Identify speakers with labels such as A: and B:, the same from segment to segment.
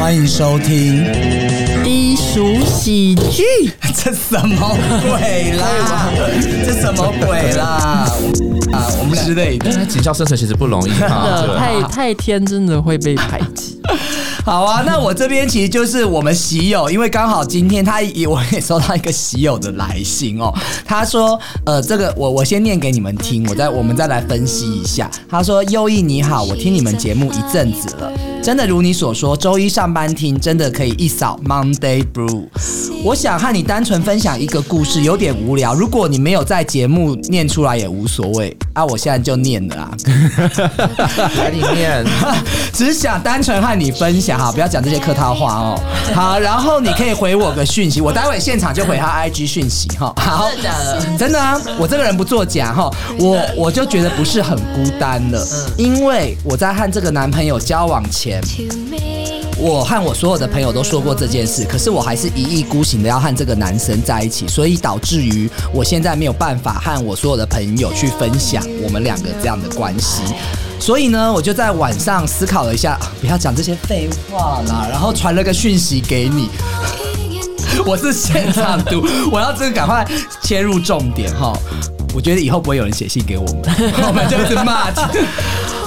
A: 欢迎收听，
B: 低俗喜剧，
A: 这什么鬼啦？这什么鬼啦？啊，我们俩
C: 之类的。哎警校生存其实不容易啊，
B: 的太太天真的会被排挤。
A: 好啊，那我这边其实就是我们喜友，因为刚好今天他也我也收到一个喜友的来信哦，他说，呃，这个我我先念给你们听，我再我们再来分析一下。他说，优毅你好，我听你们节目一阵子了，真的如你所说，周一上班听真的可以一扫 Monday Blue。我想和你单纯分享一个故事，有点无聊，如果你没有在节目念出来也无所谓啊，我现在就念了啊。
C: 来里面
A: 只想单纯和你分享哈，不要讲这些客套话哦。好，然后你可以回我个讯息，我待会现场就回他 IG 讯息哈。好，真的真的啊，我这个人不作假哈，我我就觉得不是很孤单了，因为我在和这个男朋友交往前，我和我所有的朋友都说过这件事，可是我还是一意孤行的要和这个男生在一起，所以导致于我现在没有办法和我所有的朋友去分享我们两个这样的关系。所以呢，我就在晚上思考了一下，啊不要讲这些废话啦，然后传了个讯息给你。我是现场读，我要这个赶快切入重点哈。我觉得以后不会有人写信给我们， 我们就是骂。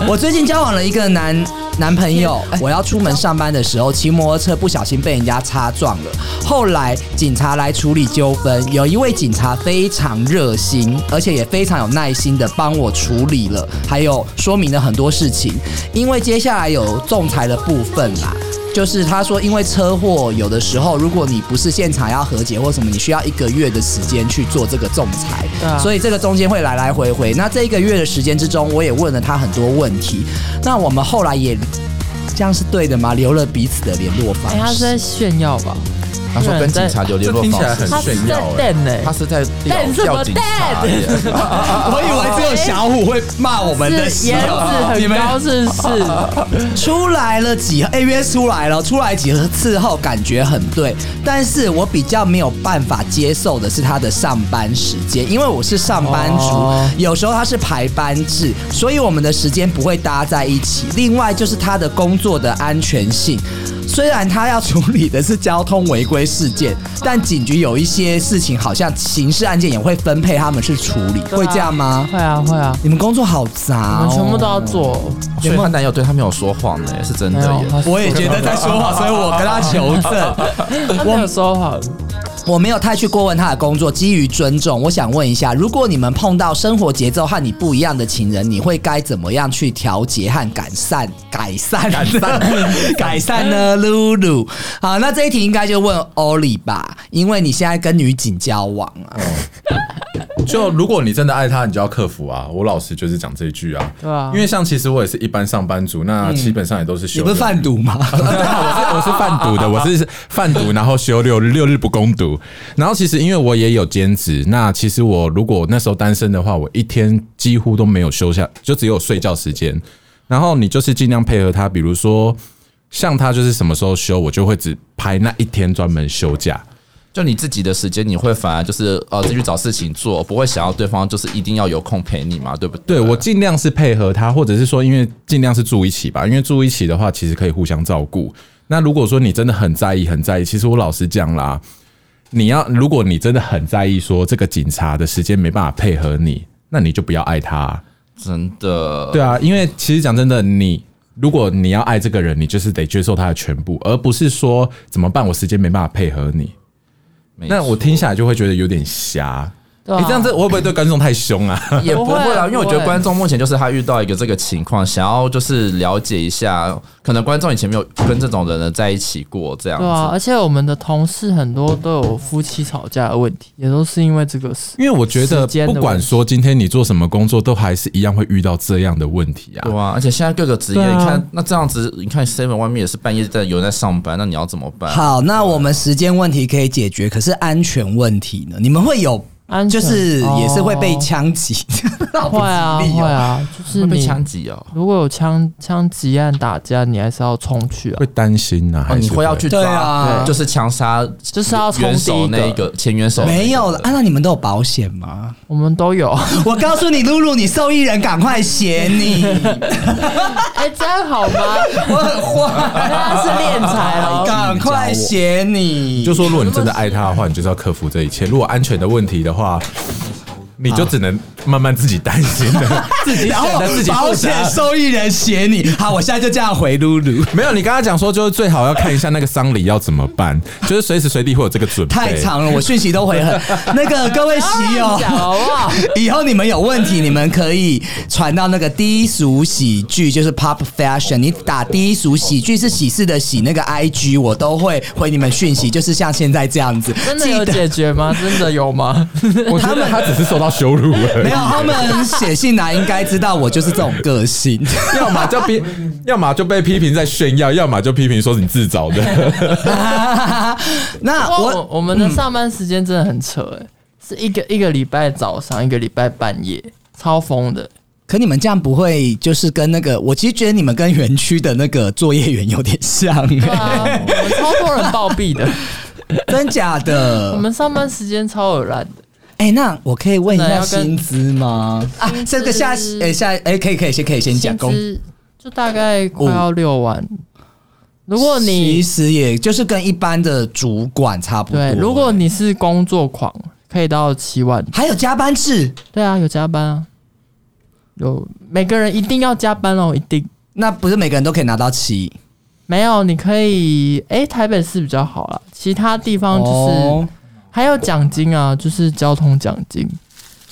A: 我最近交往了一个男男朋友，哎我要出门上班的时候骑摩托车不小心被人家擦撞了，后来警察来处理纠纷，有一位警察非常热心，而且也非常有耐心的帮我处理了，还有说明了很多事情，因为接下来有仲裁的部分啦。就是他说，因为车祸有的时候，如果你不是现场要和解或什么，你需要一个月的时间去做这个仲裁，
B: 对啊
A: 所以这个中间会来来回回。那这一个月的时间之中，我也问了他很多问题。那我们后来也这样是对的吗？留了彼此的联络方
B: 哎、他是
A: 式。
B: 在炫耀吧？
C: 他说跟警察有联络
D: 这听起
C: 方
D: 来
C: 式，
D: 很
B: 他是在
D: 炫
B: 瞪哎、
C: 他是在
B: 但什
C: 吊吊
B: 么
C: 警察耶，
A: 啊我以为只有小虎会骂我们的
B: 是
A: 时
B: 颜值
A: 候，你
B: 很
A: 们
B: 高，是不 是？
A: 出来了几哎约出来了，出来几次后感觉很对，但是我比较没有办法接受的是他的上班时间，因为我是上班族，
B: 哦
A: 有时候他是排班制，所以我们的时间不会搭在一起。另外就是他的工作的安全性。虽然他要处理的是交通违规事件，但警局有一些事情好像刑事案件也会分配他们去处理，会这样吗？
B: 会啊，会啊，
A: 你们工作好杂、哦，
B: 我们全部都要做。
C: 所以她男友对她没有说谎呢，是真的
B: 没有，他
C: 耶。
A: 我也觉得在说谎，所以我跟他求证。
B: 他没有说谎，
A: 我没有太去过问他的工作，基于尊重，我想问一下，如果你们碰到生活节奏和你不一样的情人，你会该怎么样去调节和改善？改善？改善？ 改善呢？露露，好，那这一题应该就问欧里吧，因为你现在跟女警交往啊，
D: 就如果你真的爱他，你就要克服啊！我老实就是讲这一句啊，
B: 对啊嗯
D: 因为像其实我也是一般上班族，那基本上也都是
A: 你
D: 休。
A: 不是贩毒吗？
D: 对啊，我是我是贩毒的，我是贩毒，然后休六日六 日不攻读。然后其实因为我也有兼职，那其实我如果那时候单身的话，我一天几乎都没有休下，就只有睡觉时间。然后你就是尽量配合他，比如说像他就是什么时候休，我就会只排那一天专门休假。
C: 就你自己的时间，你会反而就是呃自己去找事情做，不会想要对方就是一定要有空陪你嘛，对不对？啊
D: 对我尽量是配合他，或者是说，因为尽量是住一起吧，因为住一起的话，其实可以互相照顾。那如果说你真的很在意，很在意，其实我老实讲啦，你要如果你真的很在意，说这个警察的时间没办法配合你，那你就不要爱他、
C: 真的，
D: 对啊，因为其实讲真的，你如果你要爱这个人，你就是得接受他的全部，而不是说怎么办，我时间没办法配合你。
C: 没
D: 那我
C: 错
D: 听下来就会觉得有点瞎。
B: 对啊
D: 你、这样子，我会不会对观众太凶啊？
C: 也不
B: 不
C: 会
B: 会啊
C: 啦，因为我觉
B: 不
C: 得
B: 会
C: 观众目前就是他遇到一个这个情况，想要就是了解一下，可能观众以前没有跟这种人呢在一起过，这样
B: 对啊，
C: 子。
B: 而且我们的同事很多都有夫妻吵架的问题，也都是因为这个事。
D: 因为我觉得
B: 时间的
D: 不
B: 问题
D: 管说今天你做什么工作，都还是一样会遇到这样的问题啊
C: 对。啊，而且现在各个职业，
D: 对啊
C: 你看那这样子，你看 Seven 外面也是半夜在有人在上班，那你要怎么办？
A: 好，那我们时间问题可以解决，可是安全问题呢？你们会有
B: 安全
A: 就是也是会被
B: 哦
A: 枪击，好不
B: 会啊
A: 吉利
B: 会
A: 哦。
B: 啊，就是
C: 会被
B: 你
C: 枪击哦。
B: 如果有枪枪击案打架，你还是要冲去啊
D: 会，担心呐、啊，
C: 哦，
D: 还
C: 你
D: 是
C: 会要去
A: 对
C: 抓
A: 啊，
C: 就是枪杀，
B: 就是要冲
C: 元
B: 第
C: 首
B: 一
C: 那一个前元首那一个
A: 没有了啊？那你们都有保险吗？
B: 我们都有。
A: 我告诉你，露露，你受益人赶快写 你，
B: 哎、这样好吗？
C: 啊
A: 我很坏，
B: 那是敛财哦。
A: 赶快写你。
D: 你就说，如果你真的爱他的话，你就是要克服这一切。如果安全的问题的话，你就只能慢慢自己担心了，自己
A: 然
D: 想
A: 后
D: 的自己
A: 保
D: 负
A: 险
D: 责。啊
A: 受益人写你。好，我现在就这样回露露。
D: 没有，你刚刚讲说就是最好要看一下那个丧礼要怎么办，就是随时随地会有这个准备。
A: 太长了，我讯息都回很。那个各位喜友，
B: 讲 好哦不好？
A: 以后你们有问题，你们可以传到那个低俗喜剧，就是 Pop Fashion。你打低俗喜剧是喜事的喜，那个 IG 我都会回你们讯息，就是像现在这样子。
B: 真的
A: 记
B: 有
A: 得
B: 解决吗？真的有吗？
D: 我觉得他只是受到羞辱而
A: 没
D: 已。
A: 有，他们写信来应该知道我就是这种个性。
D: 要么就批，要么就被批评在炫耀，要么就批评说你自找的。
A: 那
B: 哇
A: 我
B: 哦我我们的上班时间真的很扯哎、是一个一个礼拜早上，一个礼拜半夜，超疯的。
A: 可你们这样不会就是跟那个，我其实觉得你们跟园区的那个作业员有点像、
B: 对 啊，我们超多人暴毙的，
A: 真假的？
B: 我们上班时间超耳烂的。
A: 哎、那我可以问一
B: 那
A: 下
B: 要跟
A: 薪资吗？啊，
B: 薪资
A: 这个下哎、下哎、可以可以先可以先讲工
B: 薪，资就大概快要六万。
C: 哦
B: 如果
A: 其
B: 你
A: 实也就是跟一般的主管差不多。
B: 对，如果你是工作狂，可以到七万。
A: 还有加班制，
B: 对啊，有加班啊，有每个人一定要加班哦，一定。
A: 那不是每个人都可以拿到七，
B: 没有，你可以诶，台北市比较好啦，其他地方就是、
A: 哦
B: 还有奖金啊，就是交通奖金。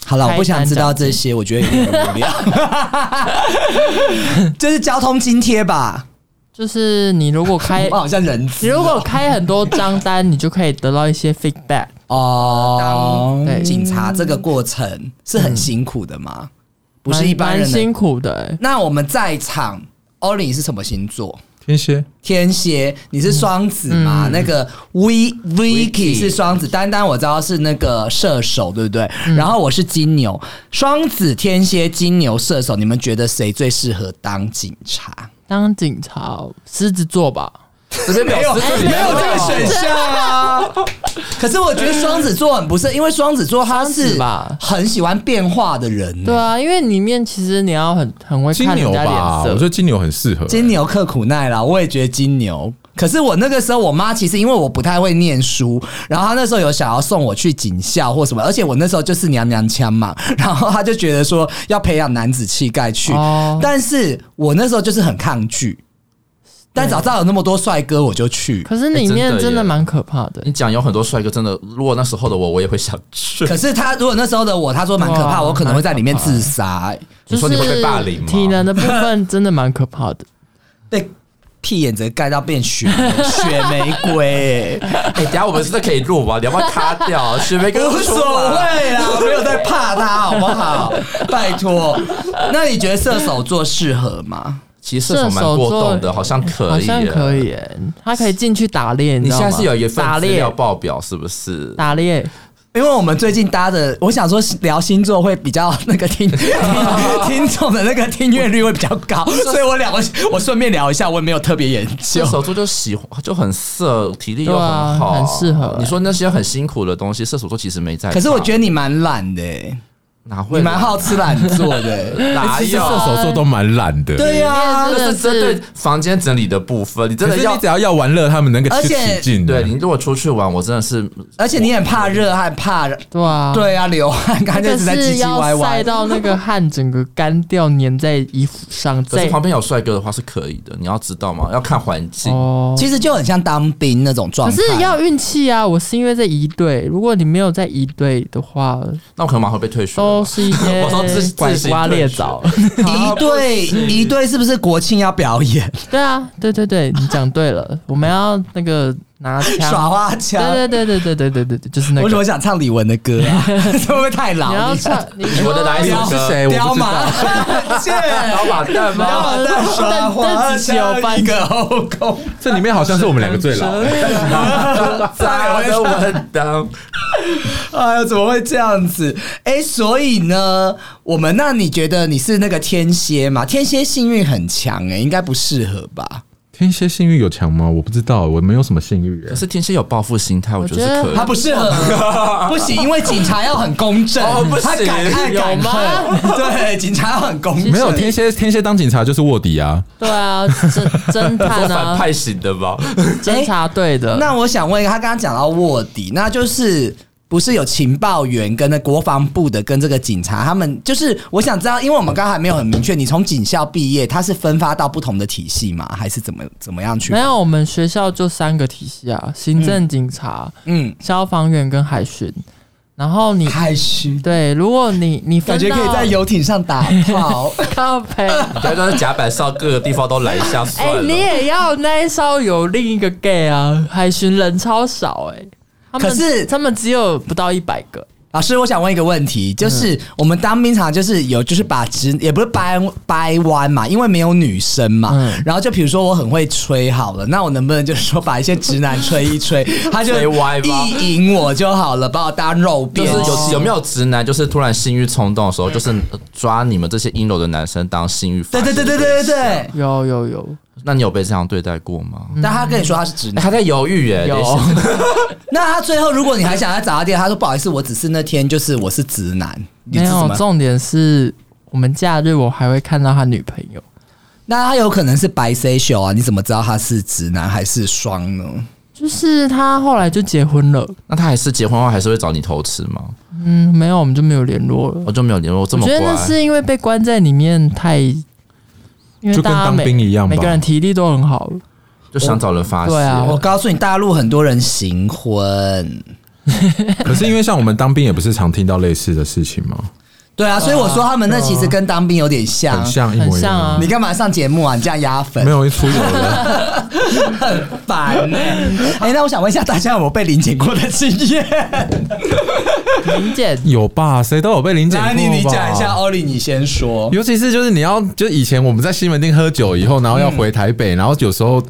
A: 好了，我不想知道这些，我觉得有点无 聊。就是交通津贴吧，
B: 就是你如果开
A: 我，好像人
B: 你
A: 资啊
B: 如果开很多张单，你就可以得到一些 feedback。
A: 哦
B: 对，
A: 警察这个过程是很辛苦的嘛，不是一般
B: 蛮
A: 人
B: 蛮
A: 能。
B: 辛苦的、欸。
A: 那我们在场 o l i 是什么星座？
D: 天蝎，
A: 天蝎，你是双子嘛？那个 V 嗯 Vicky 是双子，丹丹我知道是那个射手，对不对？然后我是金牛，双子、天蝎、金牛、射手，你们觉得谁最适合当警察？
B: 当警察哦，狮子座吧，
A: 这边没有，没有这个选项啊。可是我觉得双子座很不是，因为双子座他
B: 双
A: 是
B: 子吧
A: 很喜欢变化的人。
B: 对啊，因为里面其实你要很很会
D: 金
B: 看
D: 牛
B: 人家
D: 吧，我
B: 脸
D: 觉得
B: 色。
D: 金牛很适合、
A: 金牛刻苦耐劳，我也觉得金牛。可是我那个时候，我妈其实因为我不太会念书，然后她那时候有想要送我去警校或什么，而且我那时候就是娘娘腔嘛，然后她就觉得说要培养男子气概去，
B: 哦
A: 但是我那时候就是很抗拒。但早知道有那么多帅哥，我就去。
B: 可是里
C: 哎真
B: 面
C: 的耶
B: 真的蛮可怕的
C: 你，讲有很多帅哥，真的，如果那时候的我，我也会想 去。
A: 可是他如果那时候的我，他说蛮可怕，
B: 哇
A: 我可能会在里面自杀、欸
B: 就
C: 你说你会被霸
B: 是
C: 凌吗
B: 体能的部分真的蛮可怕 的。
A: 被屁眼子盖到变雪 雪玫瑰、欸，
C: 哎、等一下我们真的可以录吗？你要不要卡 掉？学妹跟我
A: 无
C: 说
A: 所
C: 吧
A: 谓啦，我没有在怕他，好不好？拜托，那你觉得射手座适合吗？
C: 其实射手蛮过动的，好像可
B: 好
C: 以耶，
B: 像可以耶，他可以进去打猎，
C: 你
B: 知道
C: 现
B: 吗？
C: 在是有一份
B: 打
C: 资料
B: 猎，
C: 报表，是不是？
B: 打猎，
A: 因为我们最近搭的，我想说聊星座会比较那个 听听听众的那个听阅率会比较 高，所以我聊我顺便聊一下，我也没有特别研
C: 射
A: 究。
C: 手座就喜欢就很色，体力又
B: 对啊
C: 很好，
B: 很适合
C: 你说那些很辛苦的东西，射手座其实没在怕。
A: 可是我觉
C: 得
A: 得你蛮懒的、欸，
C: 哪会
A: 你蛮好吃懒做的、欸
C: 哪
D: 哎其实
C: 有？
D: 射手座都蛮懒的，
A: 对呀、
B: 里面真的
C: 这是针对房间整理的部分，你真
D: 可
C: 的
D: 是
C: 要
D: 你只要要玩乐，他们那个
A: 而
D: 是
A: 且
D: 起劲的。
C: 对你如果出去玩，我真的是
A: 而且你很怕热，还怕
B: 对啊，，
A: 对啊流汗，刚才就
B: 这
A: 一直在唧
B: 是
A: 唧歪
B: 要晒
A: 歪。
B: 到那个汗整个干掉，粘在衣服上，
C: 可是
B: 再
C: 旁边有帅哥的话是可以的，你要知道嘛，要看环境。
B: 哦。
A: 其实就很像当兵那种状
B: 可
A: 态，
B: 是要运气啊！我是因为在一队，如果你没有在一队的话，
C: 那我可能马上被退学了
B: 都
C: 吧。
B: 哦是一
C: 我说自
B: 些拐
C: 自行
B: 瓜
C: 退
B: 裂
C: 学
B: 枣。
A: 一队一队是不是国庆要表演
B: 对啊，对对对，你讲对了，我们要那个拿
A: 耍
B: 枪。
A: 花枪？
B: 啊对对对对对对对对对，就是那
A: 我
B: 个。
A: 怎么
B: 你
A: 想唱李玟的歌 啊？会不会太老？
B: 要唱，你
C: 我的来一首
D: 是
C: 歌，
D: 谁？
A: 刁
D: 我不知
A: 哎马
D: 道。
A: 剑，
C: 老马蛋
A: 刁
C: 吗？
A: 马蛋耍花枪，一个后宫。
D: 这里面好像是我们两个最老的。
C: 打的稳当，
A: 哎呀，怎么会这样子？哎、所以呢，我们那你觉得你是那个天蝎嘛？天蝎幸运很强哎、应该不适合吧？
D: 天蝎性欲有强吗？我不知道，我没有什么性欲。
C: 可是天蝎有报复心态，我觉得是可以
A: 他。不适合， 不行，因为警察要很公正，
C: 哦不
A: 他
C: 行
A: 敢爱
B: 有
A: 敢
B: 吗
A: 恨，对，警察要很公正，
D: 没有天蝎，天蝎当警察就是卧底啊！
B: 对啊，侦侦探
C: 反
B: 啊，
C: 派型的吧？
B: 侦查队的。
A: 那我想问，他刚刚讲到卧底，那就是不是有情报员跟那国防部的跟这个警察，他们就是我想知道，因为我们刚刚还没有很明确，你从警校毕业，他是分发到不同的体系吗？还是怎么怎么样去
B: 没？有，我们学校就三个体系啊，行政警察、
A: 嗯，
B: 消防员跟海巡。然后你
A: 太虚，
B: 对，如果你你分
A: 嗯感觉可以
B: 到
A: 在游艇上打炮。
B: 靠背。
C: 你不要在甲板上各个地方都来一下
B: 哎、
C: 算了。
B: 你也要那一艘有另一个 gay 啊，海巡人超少哎、他们
A: 可是
B: 他们只有不到一百个，
A: 老师，我想问一个问题，
C: 嗯
A: 就是我们当兵常就是有就是把直也不是掰掰弯嘛，因为没有女生嘛，
B: 嗯
A: 然后就比如说我很会吹好了，那我能不能就是说把一些直男吹一 吹，他就
C: 吹歪吧
A: 意淫我就好了，把我当肉哦
C: 就
A: 鞭
C: 是
A: 吃
C: 有有没有直男，就是突然性欲冲动的时候，就是
B: 嗯
C: 抓你们这些阴柔的男生当性欲发
A: 对对
C: 泄的
A: 对对对
C: 对
A: 对嗯对，
B: 有有有，
C: 那你有被这样对待过吗？
A: 但他跟你说他是直
C: 哎
A: 男，
C: 他在犹豫耶，
B: 有
C: 等一 下
A: 那他最后如果你还想要找他电话，他说不好意思，我只是那天就是我是直男，你
B: 没
A: 是什
B: 有？
A: 么？
B: 重点是我们假日我还会看到他女朋友，
A: 那他有可能是白 C 秀啊，你怎么知道他是直男还是双呢？
B: 就是他后来就结婚了，
C: 那他还是结婚后还是会找你偷吃吗？
B: 嗯，没有我们就没有联络了。
C: 我就没有联络这
B: 我
C: 么
B: 觉
C: 乖
B: 得。那是因为被关在里面太，因为
D: 就跟
B: 大家
D: 当
B: 每
D: 兵一样吧
B: 每个人体力都很好，
C: 就想找人发泄。
B: 对啊
A: 我告诉你，大陆很多人行婚。
D: 可是因为像我们当兵也不是常听到类似的事情吗？
A: 对啊，所以我说他们那其实跟当兵有点像
D: 很。像一模一
B: 很像啊
D: 样，
A: 你干嘛上节目啊？你这样压粉
D: 没，有一出有了。
A: 烦呢、 哎、那我想问一下，大家有没有被临检过的经验？
B: 林姐
D: 有吧？谁都有被临检过
A: 来，
D: 吧
A: 你你讲一下，。欧丽，你先说。
D: 尤其是就是你要，就是以前我们在西门町喝酒以后，然后要回台北，
A: 嗯
D: 然后有时候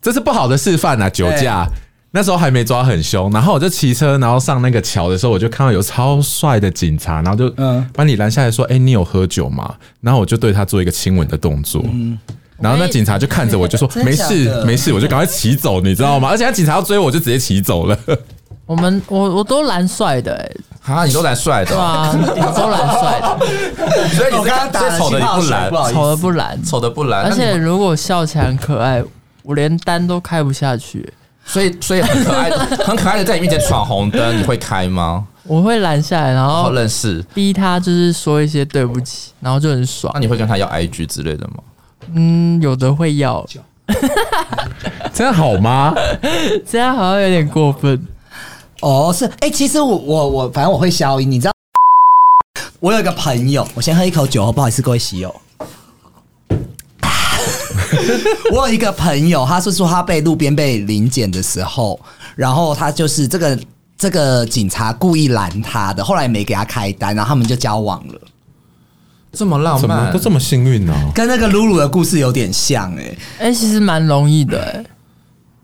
D: 这是不好的示范啊，酒驾。那时候还没抓很凶，然后我就骑车，然后上那个桥的时候，我就看到有超帅的警察，然后就
A: 嗯
D: 把你拦下来说：“哎、你有喝酒吗？”然后我就对他做一个亲吻的动作，嗯然后那警察就看着我就说：“
A: 哎真的
D: 没
A: 假的嗯
D: 事，没事。”我就赶快骑走，你知道吗？而且那警察要追我，我就直接骑走了。
B: 我们我我都蛮帅的、欸，
C: 啊，你都来帅的
B: 对
C: 哦，
B: 啊，我都蛮帅的，
C: 所以你
A: 我
C: 是
A: 刚刚打
C: 最
A: 了
C: 丑
A: 气
C: 的你
A: 泡
C: 不
A: 水
C: 来
A: 不，好意思
B: 丑的不染，
C: 丑的不来。
B: 而
C: 那
B: 且
C: 你
B: 如果笑起来很可爱，我连单都开不下去、欸
C: 所以所以很可爱的， 很可爱的在你面前闯红灯，你会开吗？
B: 我会拦下来，然
C: 好
B: 后
C: 认识。
B: 逼他就是说一些对不起，然后就很爽
C: 那。你会跟他要 IG 之类的吗？
B: 嗯，有的会要，
D: 这样好吗？
B: 这样好像有点过分。
A: 哦，是，哎、其实我我我，反正我会消音，你知道， 我有一个朋友，我先喝一口酒哦，不好意思，各位喜友。 我有一个朋友，他是说他被路边被临检的时候，然后他就是这个这个警察故意拦他的，后来没给他开单，然后他们就交往了，
C: 这么浪
D: 怎么
C: 漫，
D: 都这么幸运呢、
A: 跟那个露露的故事有点像哎、
B: 哎、其实蛮容易的、欸，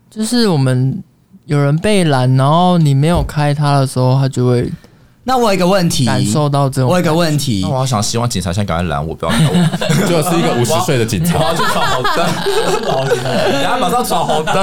B: 就是我们有人被拦，然后你没有开他的时候，他就会
A: 那我有一个问题，
B: 感受到这
A: 我有一。
B: 种
A: 个问题
C: 那，我好想希望警察现在赶快拦我，不要拦我，
D: 就是一个五十岁的警察
C: 我。要去闯红 灯，等下马上闯红 灯。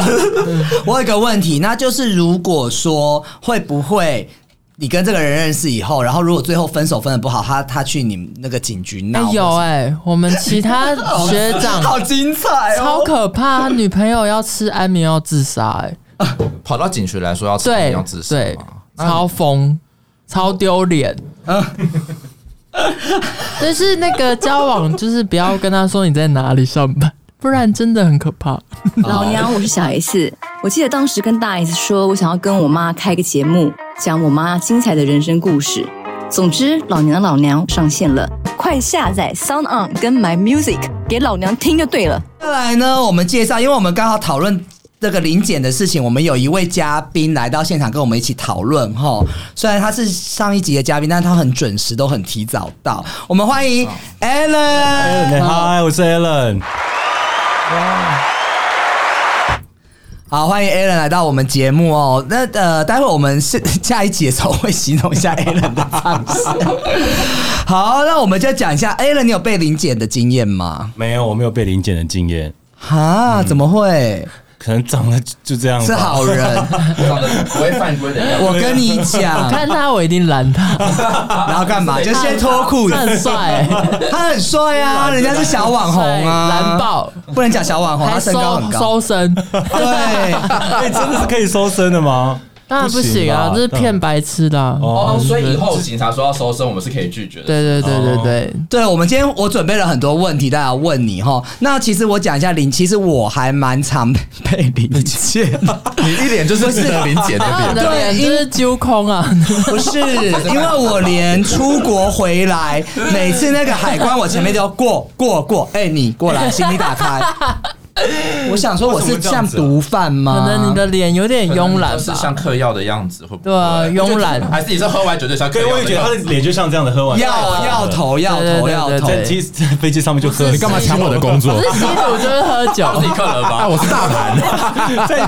A: 我有一个问题，那就是如果说会不会你跟这个人认识以后，然后如果最后分手分的不好，他他去你们那个警局
B: 哎、
A: 闹、
B: 有哎、我们其他学长
A: 好精彩
B: 超
A: 哦！
B: 可怕，他女朋友要吃安眠药自杀、欸，
C: 跑到警局来说要怎么
B: 对
C: 样自杀
B: 对
C: 吗？，
B: 超疯，超丢 脸。就是那个交往，就是不要跟他说你在哪里上班，不然真的很可 怕。
E: 老娘，我是小 S。我记得当时跟大 S 说，我想要跟我妈开个节目，讲我妈精彩的人生故事。总之，老娘的老娘上线了，快下载 Sound On 跟 My Music 给老娘听就对了。
A: 再来呢，我们介绍，因为我们刚好讨论。这个临检的事情，我们有一位嘉宾来到现场跟我们一起讨论哈。虽然他是上一集的嘉宾，但是他很准时，都很提早到。我们欢迎
F: 哎
A: Alan。
F: 嗨，我是 Alan。
A: 好，欢迎 Alan 来到我们节目哦。那呃，待会我们是下一集的时候会形容一下 Alan 的唱腔。 好，那我们就讲一下 Alan，你有被临检的经验吗？
F: 没有，我没有被临检的经验，
A: 哈，
B: 嗯
A: 怎么会？
F: 可能长得就这样吧。哦
A: 是啊好人，
C: 长得不会犯规的人。
A: 我跟你讲，
B: 看他我一定拦他，
A: 然后干嘛？就先脱裤
B: 他很
A: 子。
B: 帅、欸，
A: 他很帅啊，人家是小网红啊，
B: 蓝豹，
A: 不能讲小网红，他
B: 还
A: 身高很
B: 收
A: 高。
B: 收身，
A: 对，
F: 哎、真的是可以收身的吗？
B: 当然不行啊，
F: 不行吧
B: 这是骗白痴的啊、
C: 哦，所以以后警察说要搜身，我们是可以拒绝的。
B: 对对对对对，
A: 对，我们今天我准备了很多问题，大家问你哈。那其实我讲一下林，其实我还蛮常被林姐，
D: 你一脸就是值得林姐
F: 哦
B: 然后
D: 的
C: 啊
B: 我
D: 脸。
B: 的脸就是揪空啊，
A: 不是因为我连出国回来，每次那个海关我前面就要过过过，哎、你过来，行李打 开。我想说我是像毒贩吗？
B: 可能你的脸有点慵懒
C: 就是像
B: 吧，
C: 嗑药的样子，会不会？
B: 对 啊，慵懒，
C: 还是你是喝完酒就像嗑
F: 对，
C: 药
F: 我也
C: 的
F: 觉得
C: 样
F: 他
C: 子？
F: 的脸就像这样的，喝完哎
A: 要要头要头要头。
F: 在机在飞机上面就喝，
D: 你干嘛抢我的工作
B: 不？是吸毒就是喝酒，
C: 立刻了吧？
D: 啊，我是大盘，
F: 在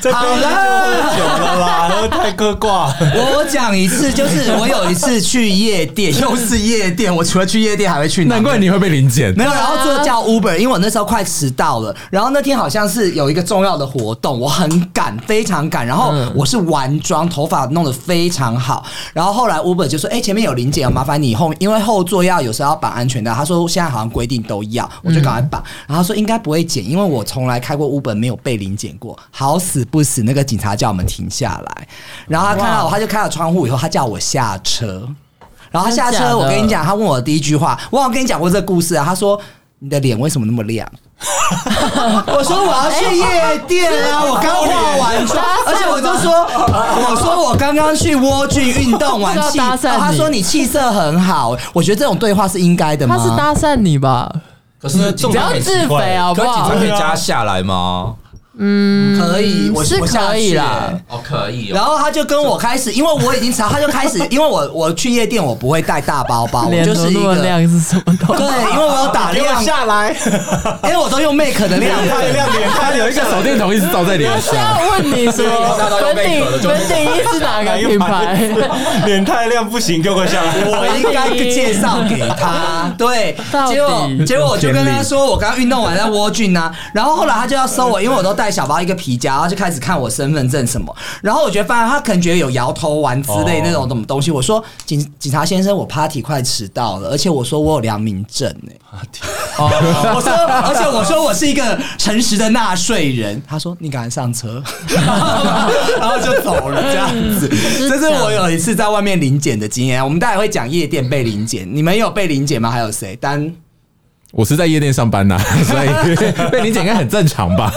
F: 在飞机就喝酒了啦，喝太嗑挂。
A: 我我讲一次，就是我有一次去夜店，又是夜店，我除了去夜店还会去哪里
D: 难怪你会被林姐。
A: 没有，然后就叫 Uber，因为我那时候快迟到了。然后那天好像是有一个重要的活动，我很赶，非常赶。然后我是完妆，头发弄得非常好。然后后来 Uber 就说：“哎、前面有林姐，麻烦你后，因为后座要有时候要绑安全带。”他说现在好像规定都要，我就赶快绑。然后说应该不会检，因为我从来开过 Uber 没有被临检过。好死不死，那个警察叫我们停下来，然后他看到我，他就开了窗户以后，他叫我下车。然后他下
B: 真的假
A: 车，
B: 的
A: 我跟你讲，他问我的第一句话，我好像跟你讲过这个故事啊。他说：“你的脸为什么那么亮？” 我说：“我要去夜店 啊，我刚化完妆，而且我就说，我说我刚刚去蜗居运动完
B: 是
A: 气。”哦
B: 要搭讪你
A: 他说：“你气色很好。”我觉得这种对话是应该的吗？
B: 他是搭讪你吧？
C: 可是警
B: 不
C: 察
B: 要
C: 可以
B: 自肥好不
C: 可是警察
B: 好？
C: 可以加下来吗？
A: 嗯可以，我
B: 是
A: 我下
B: 可以
A: 去
B: 啦
C: 哦，可以
A: 然后他就跟我开始，因为我已经查，他就开始，因为我我去夜店我不会带大包包，我
B: 脸
A: 就
B: 怎
A: 是一
B: 么那么
A: 个。
B: 亮是什么东 西？
A: 对，因为我有打 亮，
F: 来，
A: 因为我都用 Make 的亮
F: 太亮脸，他有一个
D: 手哦电筒一直照在脸
B: 是
D: 上，
B: 要问你什么粉底粉底液是哪个品 牌？
F: 脸太亮不行，给我下来。
A: 我应该介绍给他。对，
B: 到底
A: 结果结果我就跟他说，我刚刚运动 完在窝菌呐、然后后来他就要搜我，因为我都带小包一个皮夹，然后就开始看我身份证什么。然后我觉得，反正他可能觉得有摇头丸之类那种什么东西。我说警警察先生，我 party 快迟到了，而且我说我有良民证 呢、我说，而且我说我是一个诚实的纳税人。他说你赶快上 车，然后就走了这样子。这嗯是我有一次在外面临检的经验。我们待会会讲夜店被临检，你们有被临检吗？还有谁？丹，
D: 我是在夜店上班呐， 所以被林姐应该很正常吧？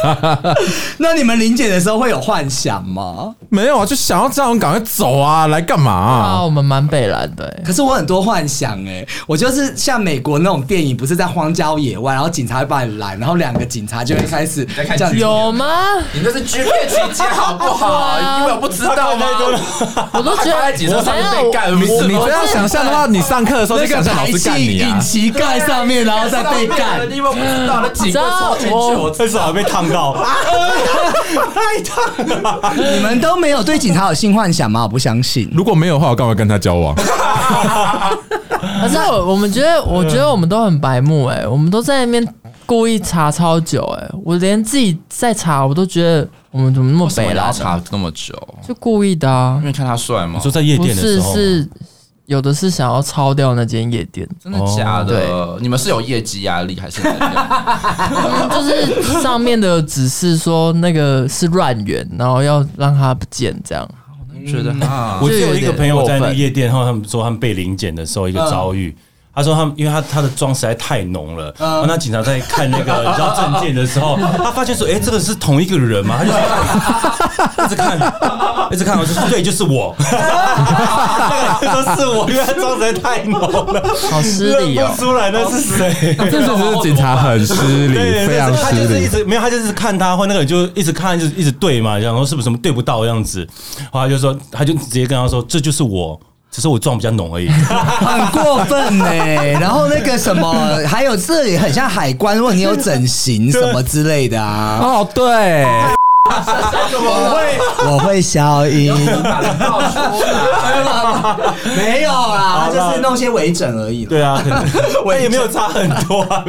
A: 那你们临检的时候会有幻想吗？
D: 没有啊，就想要这样赶快走啊，来干嘛
B: 啊，
D: 啊？
B: 我们蛮北蓝的、欸，
A: 可是我很多幻想哎、我就是像美国那种电影，不是在荒郊野外，然后警察会把你拦，然后两个警察就会开始
C: 在看
A: 这样
C: 剧
B: 有吗？
C: 你那是剧片情节好不 好？
B: 啊
C: 因为我不知道吗？
B: 我都觉
C: 他在
B: 得
C: 警车上面被干，
D: 你
C: 你
D: 你这样想象的话，你上课的时候就
A: 那个
D: 想象老
A: 排
D: 师干
A: 气
D: 你
A: 引
D: 啊！
A: 擎盖 上 面，然后再被干。
C: 因为我不知道，那警棍戳进去， 我
F: 但是还被烫到，太烫了。
A: 你们都没有对警察有性幻想吗？我不相 信。
D: 如果没有的话，我干嘛跟他 交往？
B: 可是我我们觉得，我觉得我们都很白目哎、我们都在那边故意查超久哎、我连自己在查，我都觉得我们怎么那么北
C: 北拉
B: 蓝、啊？
C: 查那么久，
B: 就故意的啊
C: 因，为看他帅吗？
F: 说在夜
B: 不
F: 店的
B: 是
F: 时候，
B: 是有的是想要抄掉那间夜店，
C: 真的假的？你们是有业绩压力还是怎样？
B: 就是上面的指示说那个是乱源，然后要让它不见这样。
C: 觉得啊，
F: 我是有一个朋友在那
B: 就有点
F: 个
B: 嗯
F: 夜店，然后他们说他们被临检的时候一个遭遇。他说他们，因为他他的妆实在太浓了，
B: 嗯
F: 然后那警察在看那个你知道证件的时候，他发现说，哎、这个是同一个人吗？他就一直看，一直看，我就说对，就是我， 那个人说是我，因为他妆实在太浓了，
B: 好失礼哦
F: 认不出来那是谁。
D: 这就是警察很失礼，
F: 对，
D: 非常
F: 但是他就
D: 失
F: 是一
D: 礼。
F: 直没有，他就是看他，或那个人就一直看，就是一直对嘛，然后是不是什么对不到这样子，然后他就说，他就直接跟他说，这就是我，只是我妆比较浓而已。
A: 很过分哎、然后那个什么，还有 这里很像海关，问你有整形什么之类的啊。
D: 哦，对，
A: 我会我会消 音，哎没有啦，他就是弄些微整而已啦。
F: 对啊，我也没有差很多啊。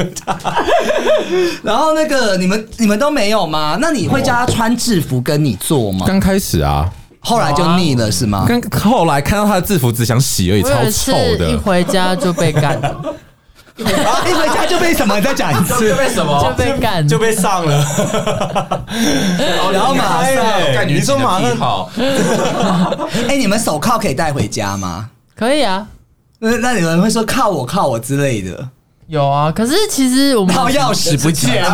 A: 然后那个你们你们都没有吗？那你会叫他穿制服跟你做吗？
D: 刚开始啊，
A: 后来就腻了是吗？
D: 刚后来看到他的制服只想洗而已，
B: 我
D: 超
B: 有一次
D: 臭
B: 一
D: 的。
B: 回家就被干了，
A: 然后一回家就被什么？你再讲一次。
C: 为什
B: 就
C: 么？
B: 被干，
F: 就被上了，
A: 然后马上
F: 哎
C: 你
F: 你说
C: 说
F: 马
C: 马
F: 上
C: 好，
A: 哎、你们手铐可以带回家吗？
B: 可以啊，
A: 那那你们会说靠我靠我之类的，
B: 有啊。可是其实我们
A: 靠钥匙不
C: 哎
A: 见，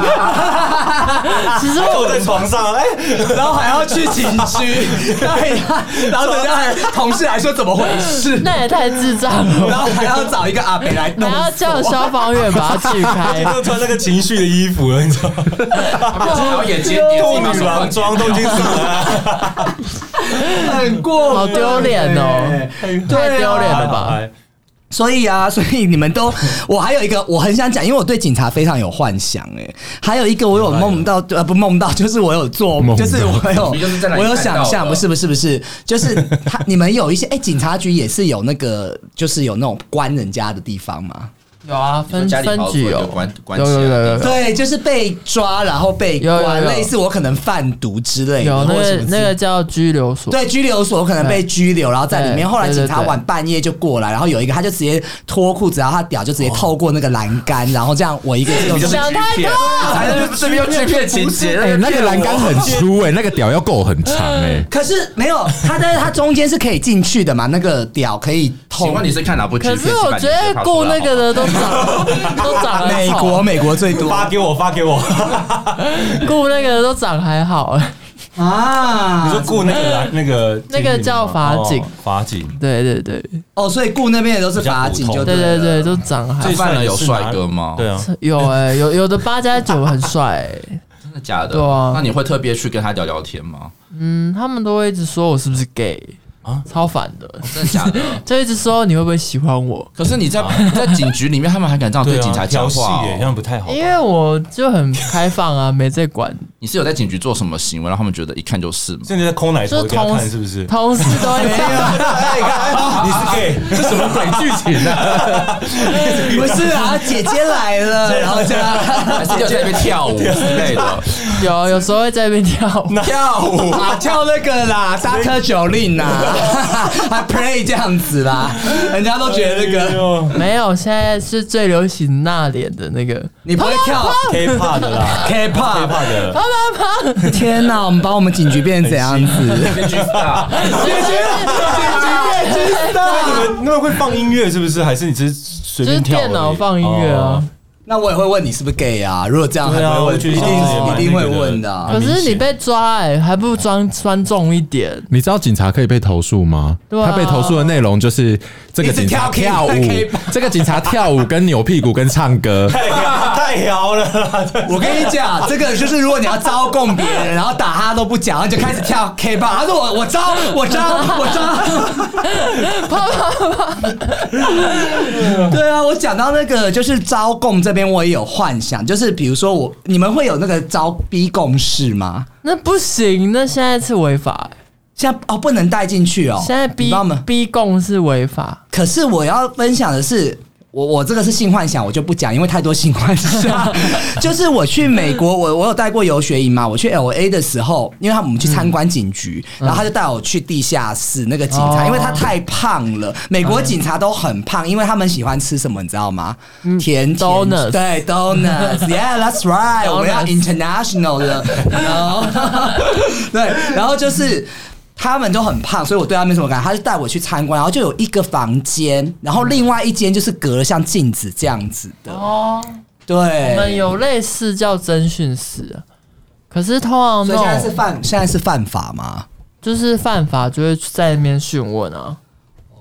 B: 其实
F: 坐
B: 我
F: 在床上，哎，
A: 然后还要去警局， 对呀，然后等下还同事还说怎么回事，
B: 那也太智障了
A: 然
B: 吧，
A: 后还要找一个阿北来弄
B: 还
A: 死我，
B: 要叫消防员把它锯开。
F: 就穿那个情绪的衣服了，你知道吗？
C: 然后眼睛
B: 哎
F: 兔女郎装都已经上来 了，
A: 很过分
B: 好丢脸哦
A: 哎
B: 太丢脸了
F: 还好
B: 吧？
F: 还
A: 所以啊， 所以你们都，我还有一个我很想讲，因为我对警察非常有幻想哎、还有一个我有梦到，呃，不梦到，就是我有做，
D: 梦到
A: 就是我有
C: 你就是在哪里
A: 我有
C: 看到
A: 想象，
C: 的
A: 不是不是不是，就是他你们有一些哎、警察局也是有那个，就是有那种关人家的地方嘛，
B: 有啊，分
C: 家里
B: 分
C: 跑
B: 局
C: 出来
B: 有
C: 就关，啊关
B: 有
C: 起
B: 有
C: 来
B: 有有有
A: 对，就是被抓然后被
B: 有有
A: 关，
B: 有
A: 类似我可能贩毒之类的，
B: 有那
A: 哎或者什
B: 个
A: 么之类
B: 那
A: 的
B: 个叫拘留所，
A: 对，拘留所可能被拘留，然后在里面。
B: 对
A: 后来警察
B: 对对对
A: 晚半夜就过来，然后有一个他就直接脱裤子，然后他屌就直接透过那个栏杆，然后这样我一个就
C: 就是
B: 想太
C: 锯片，就是这边有锯片情节，
D: 哎、那个栏杆很粗哎、那个屌要够很长 哎、
A: 可是没有，他但是他中间是可以进去的嘛，那个屌可以
C: 请
A: 透
C: 问。你是看哪部剧？
B: 可是我觉得雇那
C: 哦
B: 个的都长都长
A: 美国，美国最 多
F: 发给我，发给 我。
B: 雇那个的都长还好，欸
A: 啊
F: 你说雇那个来那个
B: 那个叫法警
F: 哦法警，
B: 对对对
A: 哦，所以顾那边的都是法警，就
F: 比较普通
B: 对
A: 对
B: 对
A: 了
B: 对，。都长还
F: 最
B: 好
C: 犯人有
F: 是哪
C: 帅哥吗
F: 对啊，
B: 有哎，有有的八加九很帅欸，
C: 真的假的？
B: 对啊
C: 那你会特别去跟他聊聊天吗？
B: 嗯，他们都会一直说我是不是 gay 啊，超烦的，
C: 真的假的？
B: 就一直说你会不会喜欢我，
C: 可是你在 在警局里面，他们还敢这样对
F: 啊
C: 警察讲
F: 调戏
C: 话
F: 耶，
C: 哦
F: 这？样不太好吧。
B: 因为我就很开放啊，没在管，
C: 你是有在警局做什么行为，让他们觉得一看就是吗？
F: 现在在空奶
B: 就
F: 头
B: 是
F: 给他
B: 同
F: 看是 不是？
B: 同事都会
F: 你是 gay，这什么鬼剧情啊？
A: 不是啊，姐姐来了，然后这样
C: 还是就在那边跳舞之类的？
B: 有有时候会在那边跳舞，
A: 跳舞啊，跳那个啦，沙车九令呐，还 play 这样子啦，人家都觉得那
F: 哎
A: 个。
B: 没有，现在是最流行那脸的那个，
A: 你不会跳
F: K-pop 的啦
A: K-pop？
F: ，K-pop 的，
A: 天哪，我们把我们警局变成怎样子？
C: 编剧大，
F: 那你们那么会放音乐是不是？还是你只是随
B: 就是
F: 便跳而已？
B: 电脑放音乐
A: 哦
B: 啊。
A: 那我也会问你是不是 gay 啊？如果这样还
F: 对啊
A: 会问，
F: 我
A: 一
F: 觉
A: 定
F: 得这也
A: 一
F: 蛮
A: 定会
F: 那个的
A: 问的啊。
B: 可是你被抓哎、还不如装穿重一点。
D: 你知道警察可以被投诉吗？
B: 对啊
D: 他被投诉的内容就是这个警察
A: 一直跳
D: 跳舞
A: K-pop，
D: 这个警察跳舞跟扭屁股跟唱歌。
F: 太哦太摇了啦！
A: 我跟你讲，这个就是如果你要招供别人，然后打他都不讲，然后就开始跳 K 棒。他说我我招我招我招， 对啊，我讲到那个就是招供这边，我也有幻想，就是比如说我你们会有那个招逼供式吗？
B: 那不行，那现在是违法、欸
A: 现在哦不能带进去哦，
B: 现在
A: 你
B: 逼
A: 帮我们
B: 逼供是违法，
A: 可是我要分享的是，我我这个是性幻想，我就不讲，因为太多性幻 想。就是我去美国，我我有带过游学营嘛，我去 L A 的时候，因为他我们去参观警局，然后他就带我去地下室那个警察，
B: 嗯哦嗯
A: 因为他太胖了。美国警察都很胖，因为他们喜欢吃什么，你知道吗？甜甜
B: 嗯 Donuts
A: 对 donuts，yeah，that's right，我们要
B: Donuts
A: international 的，no，对，然后就是。他们都很胖，所以我对他没什么感觉。他就带我去参观，然后就有一个房间，然后另外一间就是隔了像镜子这样子的。哦，
B: 我们
A: 对，
B: 有类似叫侦讯室啊，可是通常
A: 所以现在
B: 那
A: 是
B: 种
A: 犯，现在是犯法吗？
B: 就是犯法就会在那边讯问啊，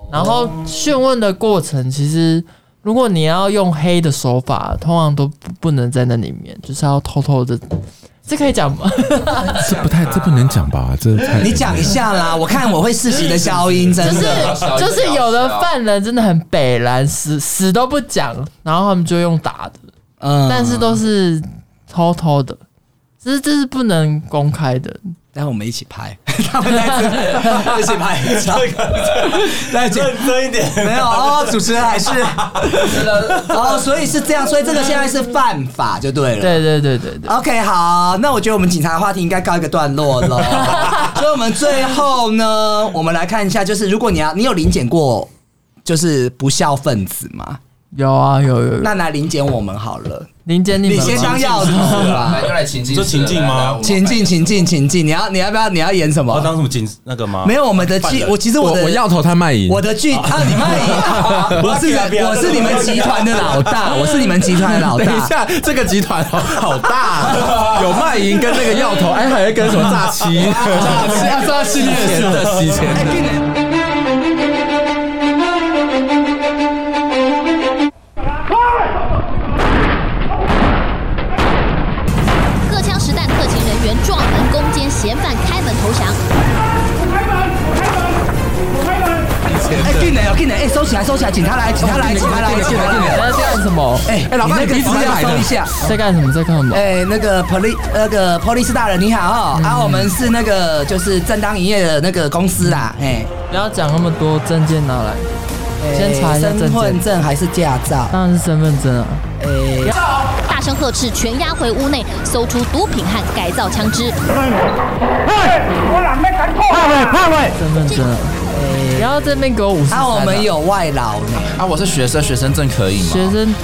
B: 然后讯问的过程其实。如果你要用黑的手法，通常都不不能在那里面，就是要偷偷的，这可以讲吗？
D: 这不太，这不能讲吧？这太
A: 你讲一下啦，我看我会适时的消音，真
B: 就是
A: 的。
B: 就是有的犯人真的很北蓝，死死都不讲，然后他们就用打的，
A: 嗯
B: 但是都是偷偷的，这是这是不能公开的，
A: 待会我们一起拍， 他们在这 一起拍一张，在一起
F: 认真一点，
A: 没有哦，主持人 还是哦，所以是这样，所以这个现在是犯法就对了。啊
B: 对对对对对，
A: OK，好，那我觉得我们警察的话题应该告一个段落 了。所以，我们最后呢，我们来看一下，就是如果你要，你有临检过就是不孝分子吗？
B: 有啊有有有，
A: 那来临检我们好了。
B: 林间你
A: 你
B: 们
A: 先
B: 吗
A: 当药子吧
C: 来，又来啊情境，
F: 这情境吗
A: 请进，请进，请进。你要，你要不要？你要演什
F: 我要
A: 么？
F: 当什么啊警那个吗？
A: 没有，我们的剧，我其实
D: 我
A: 的
D: 我要投他卖淫，
A: 我的剧啊，你卖淫，
F: 不要
A: 我是
F: 不要不要
A: 我是你们集团的老大，我是你们集团的老
D: 等一
A: 大。
D: 下，这个集团好好大啊，有卖淫跟那个药头，哎，还有跟什么诈欺、诈欺、啊诈欺钱 的洗
A: 哎
D: 钱的。
G: 各枪实弹特勤人员撞门攻坚，嫌犯开门投降。
A: 哎，进来哦，进来！哎，收起来，收起来！警察来，警察来，警察来，警察
B: 你
A: 来！
B: 在干什么？
A: 哎，
D: 哎老爸
A: 你那个
D: 你
A: 资
D: 鼻子
A: 料
D: 哪来的
A: 收一下。
B: 在干什么？在干什么？
A: 哎、那个 police 那个 police 大人你好、哦啊，我们是那个就是正当营业的那个公司啦，哎、
B: 不要讲那么多，证件拿来，
A: 哎
B: 先查一下证件
A: 身份证还是驾照？
B: 当然是身份证啊。
A: 哎、
G: 大声呵斥，全押回屋内，搜出毒品和改造枪支。
B: 身份证啊，不要在那边给我五十
A: 哎啊，我们有外劳呢，
C: 啊，我是学生，学生证可以吗？
B: 学生，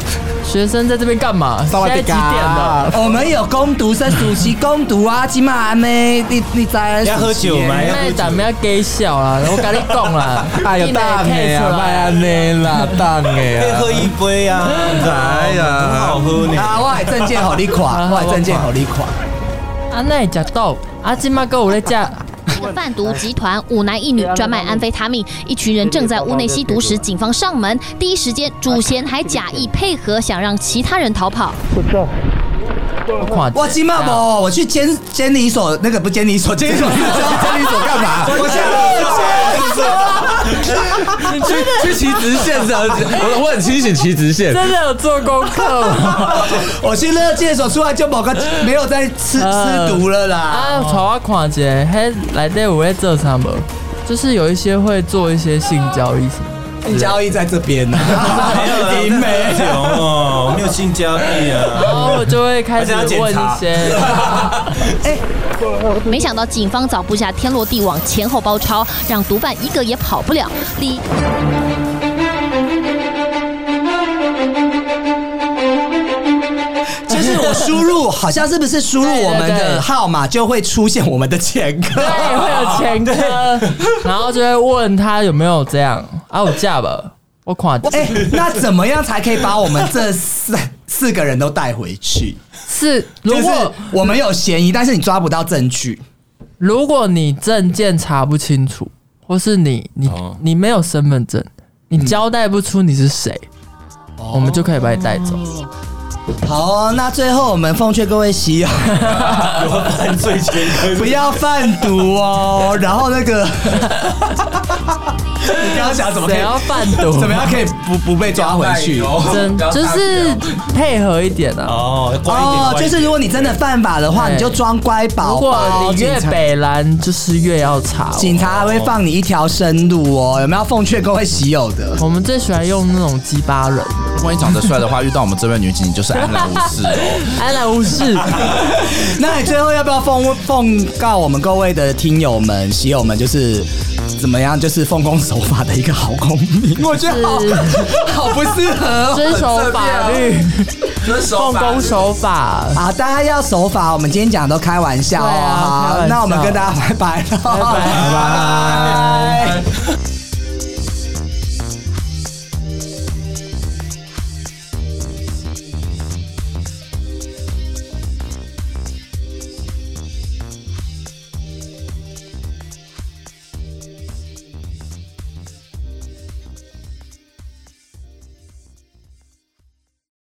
B: 学生在这边干嘛？现在几点了？
A: 我们有攻读生暑期攻读啊，起码呢，你你在
F: 要喝酒吗？要喝
B: 那
F: 酒
B: 咱们要给笑啦，我跟你讲 啦，
D: 哎呀，蛋哎啊，卖安内啦，蛋哎
F: 可以
D: 啊
F: 喝，一杯啊！
D: 哎呀
F: 很好喝呢。
A: 啊，我的证件好你垮，我的证件好你垮。
B: 啊，那你食到，啊，今麦哥有在食，
G: 贩毒集团五男一女专卖安非他命，一群人正在屋内吸毒时，警方上门，第一时间主嫌还假意配合，想让其他人逃跑。
B: 我看
A: 我起码不，
F: 啊
A: 我去监监理所，那个不监理 所，监理所是监理所干嘛？我现
D: 去去骑直线的，我我很清醒骑直线。
B: 真的有做功课吗？
A: 我去乐界所出来就某个没有在吃
F: 呃
A: 吃毒了啦。
B: 啊，朝我看一下，嘿，来底有在做啥无？就是有一些会做一些性交易什 么，
A: 性交易在这边啊呢，
F: 没有啦
A: 林梅
F: 我在喝 酒哦，没有性交易
B: 然
F: 啊。
B: 后我就会开始
F: 还是要
B: 问
F: 检查
B: 一些，
G: 没想到警方早布下天罗地网，前后包抄，让毒贩一个也跑不了。李
A: 就是我输入，好像是不是输入我们
B: 对对对
A: 的号码就会出现我们的前科？
B: 对，会有前科，然后就会问他有没有这样啊，有嫁吧？我看一下
A: 哎、那怎么样才可以把我们这四四个人都带回去？
B: 是如
A: 就是
B: 果
A: 我们有嫌疑，但是你抓不到证据，
B: 如果你证件查不清楚，或是你你、
A: 哦
B: 你没有身份证，你交代不出你是谁，
A: 哦
B: 我们就可以把你带走。
A: 好哦，那最后我们奉劝各位喜友，
F: 有犯罪前科，
A: 不要贩毒哦。然后那个，你刚刚想怎么可
B: 谁
A: 以
B: 要贩毒？
A: 怎么样可以不不被抓回去？
B: 真就是配合一点啊。
F: 哦，乖一点，
A: 哦，
F: 乖
A: 就
F: 一点
A: 是如果你真的犯法的话，
B: 对
A: 你就装乖宝
B: 如
A: 宝。
B: 果哦你
A: 警
B: 越
A: 察
B: 北蓝，就是越要查哦。
A: 警察还会放你一条生路哦。有没有奉劝各位喜友的？
B: 我们最喜欢用那种鸡巴人，
C: 如果你长得帅的话，遇到我们这位女警，你就是安然无 事哦。
B: 安然哎无 事。
A: 那你最后要不要奉奉告我们各位的听友们、喜友们，就是怎么样，就是奉公守法的一个好公民？我觉得好好不适合
B: 遵守法律，
C: 遵
B: 奉公守法。
A: 啊！大家要守法，我们今天讲的都开玩笑哦。
B: 对啊开玩
A: 好，
B: 笑
A: 那我们跟大家拜拜了，
B: 拜拜
A: 拜拜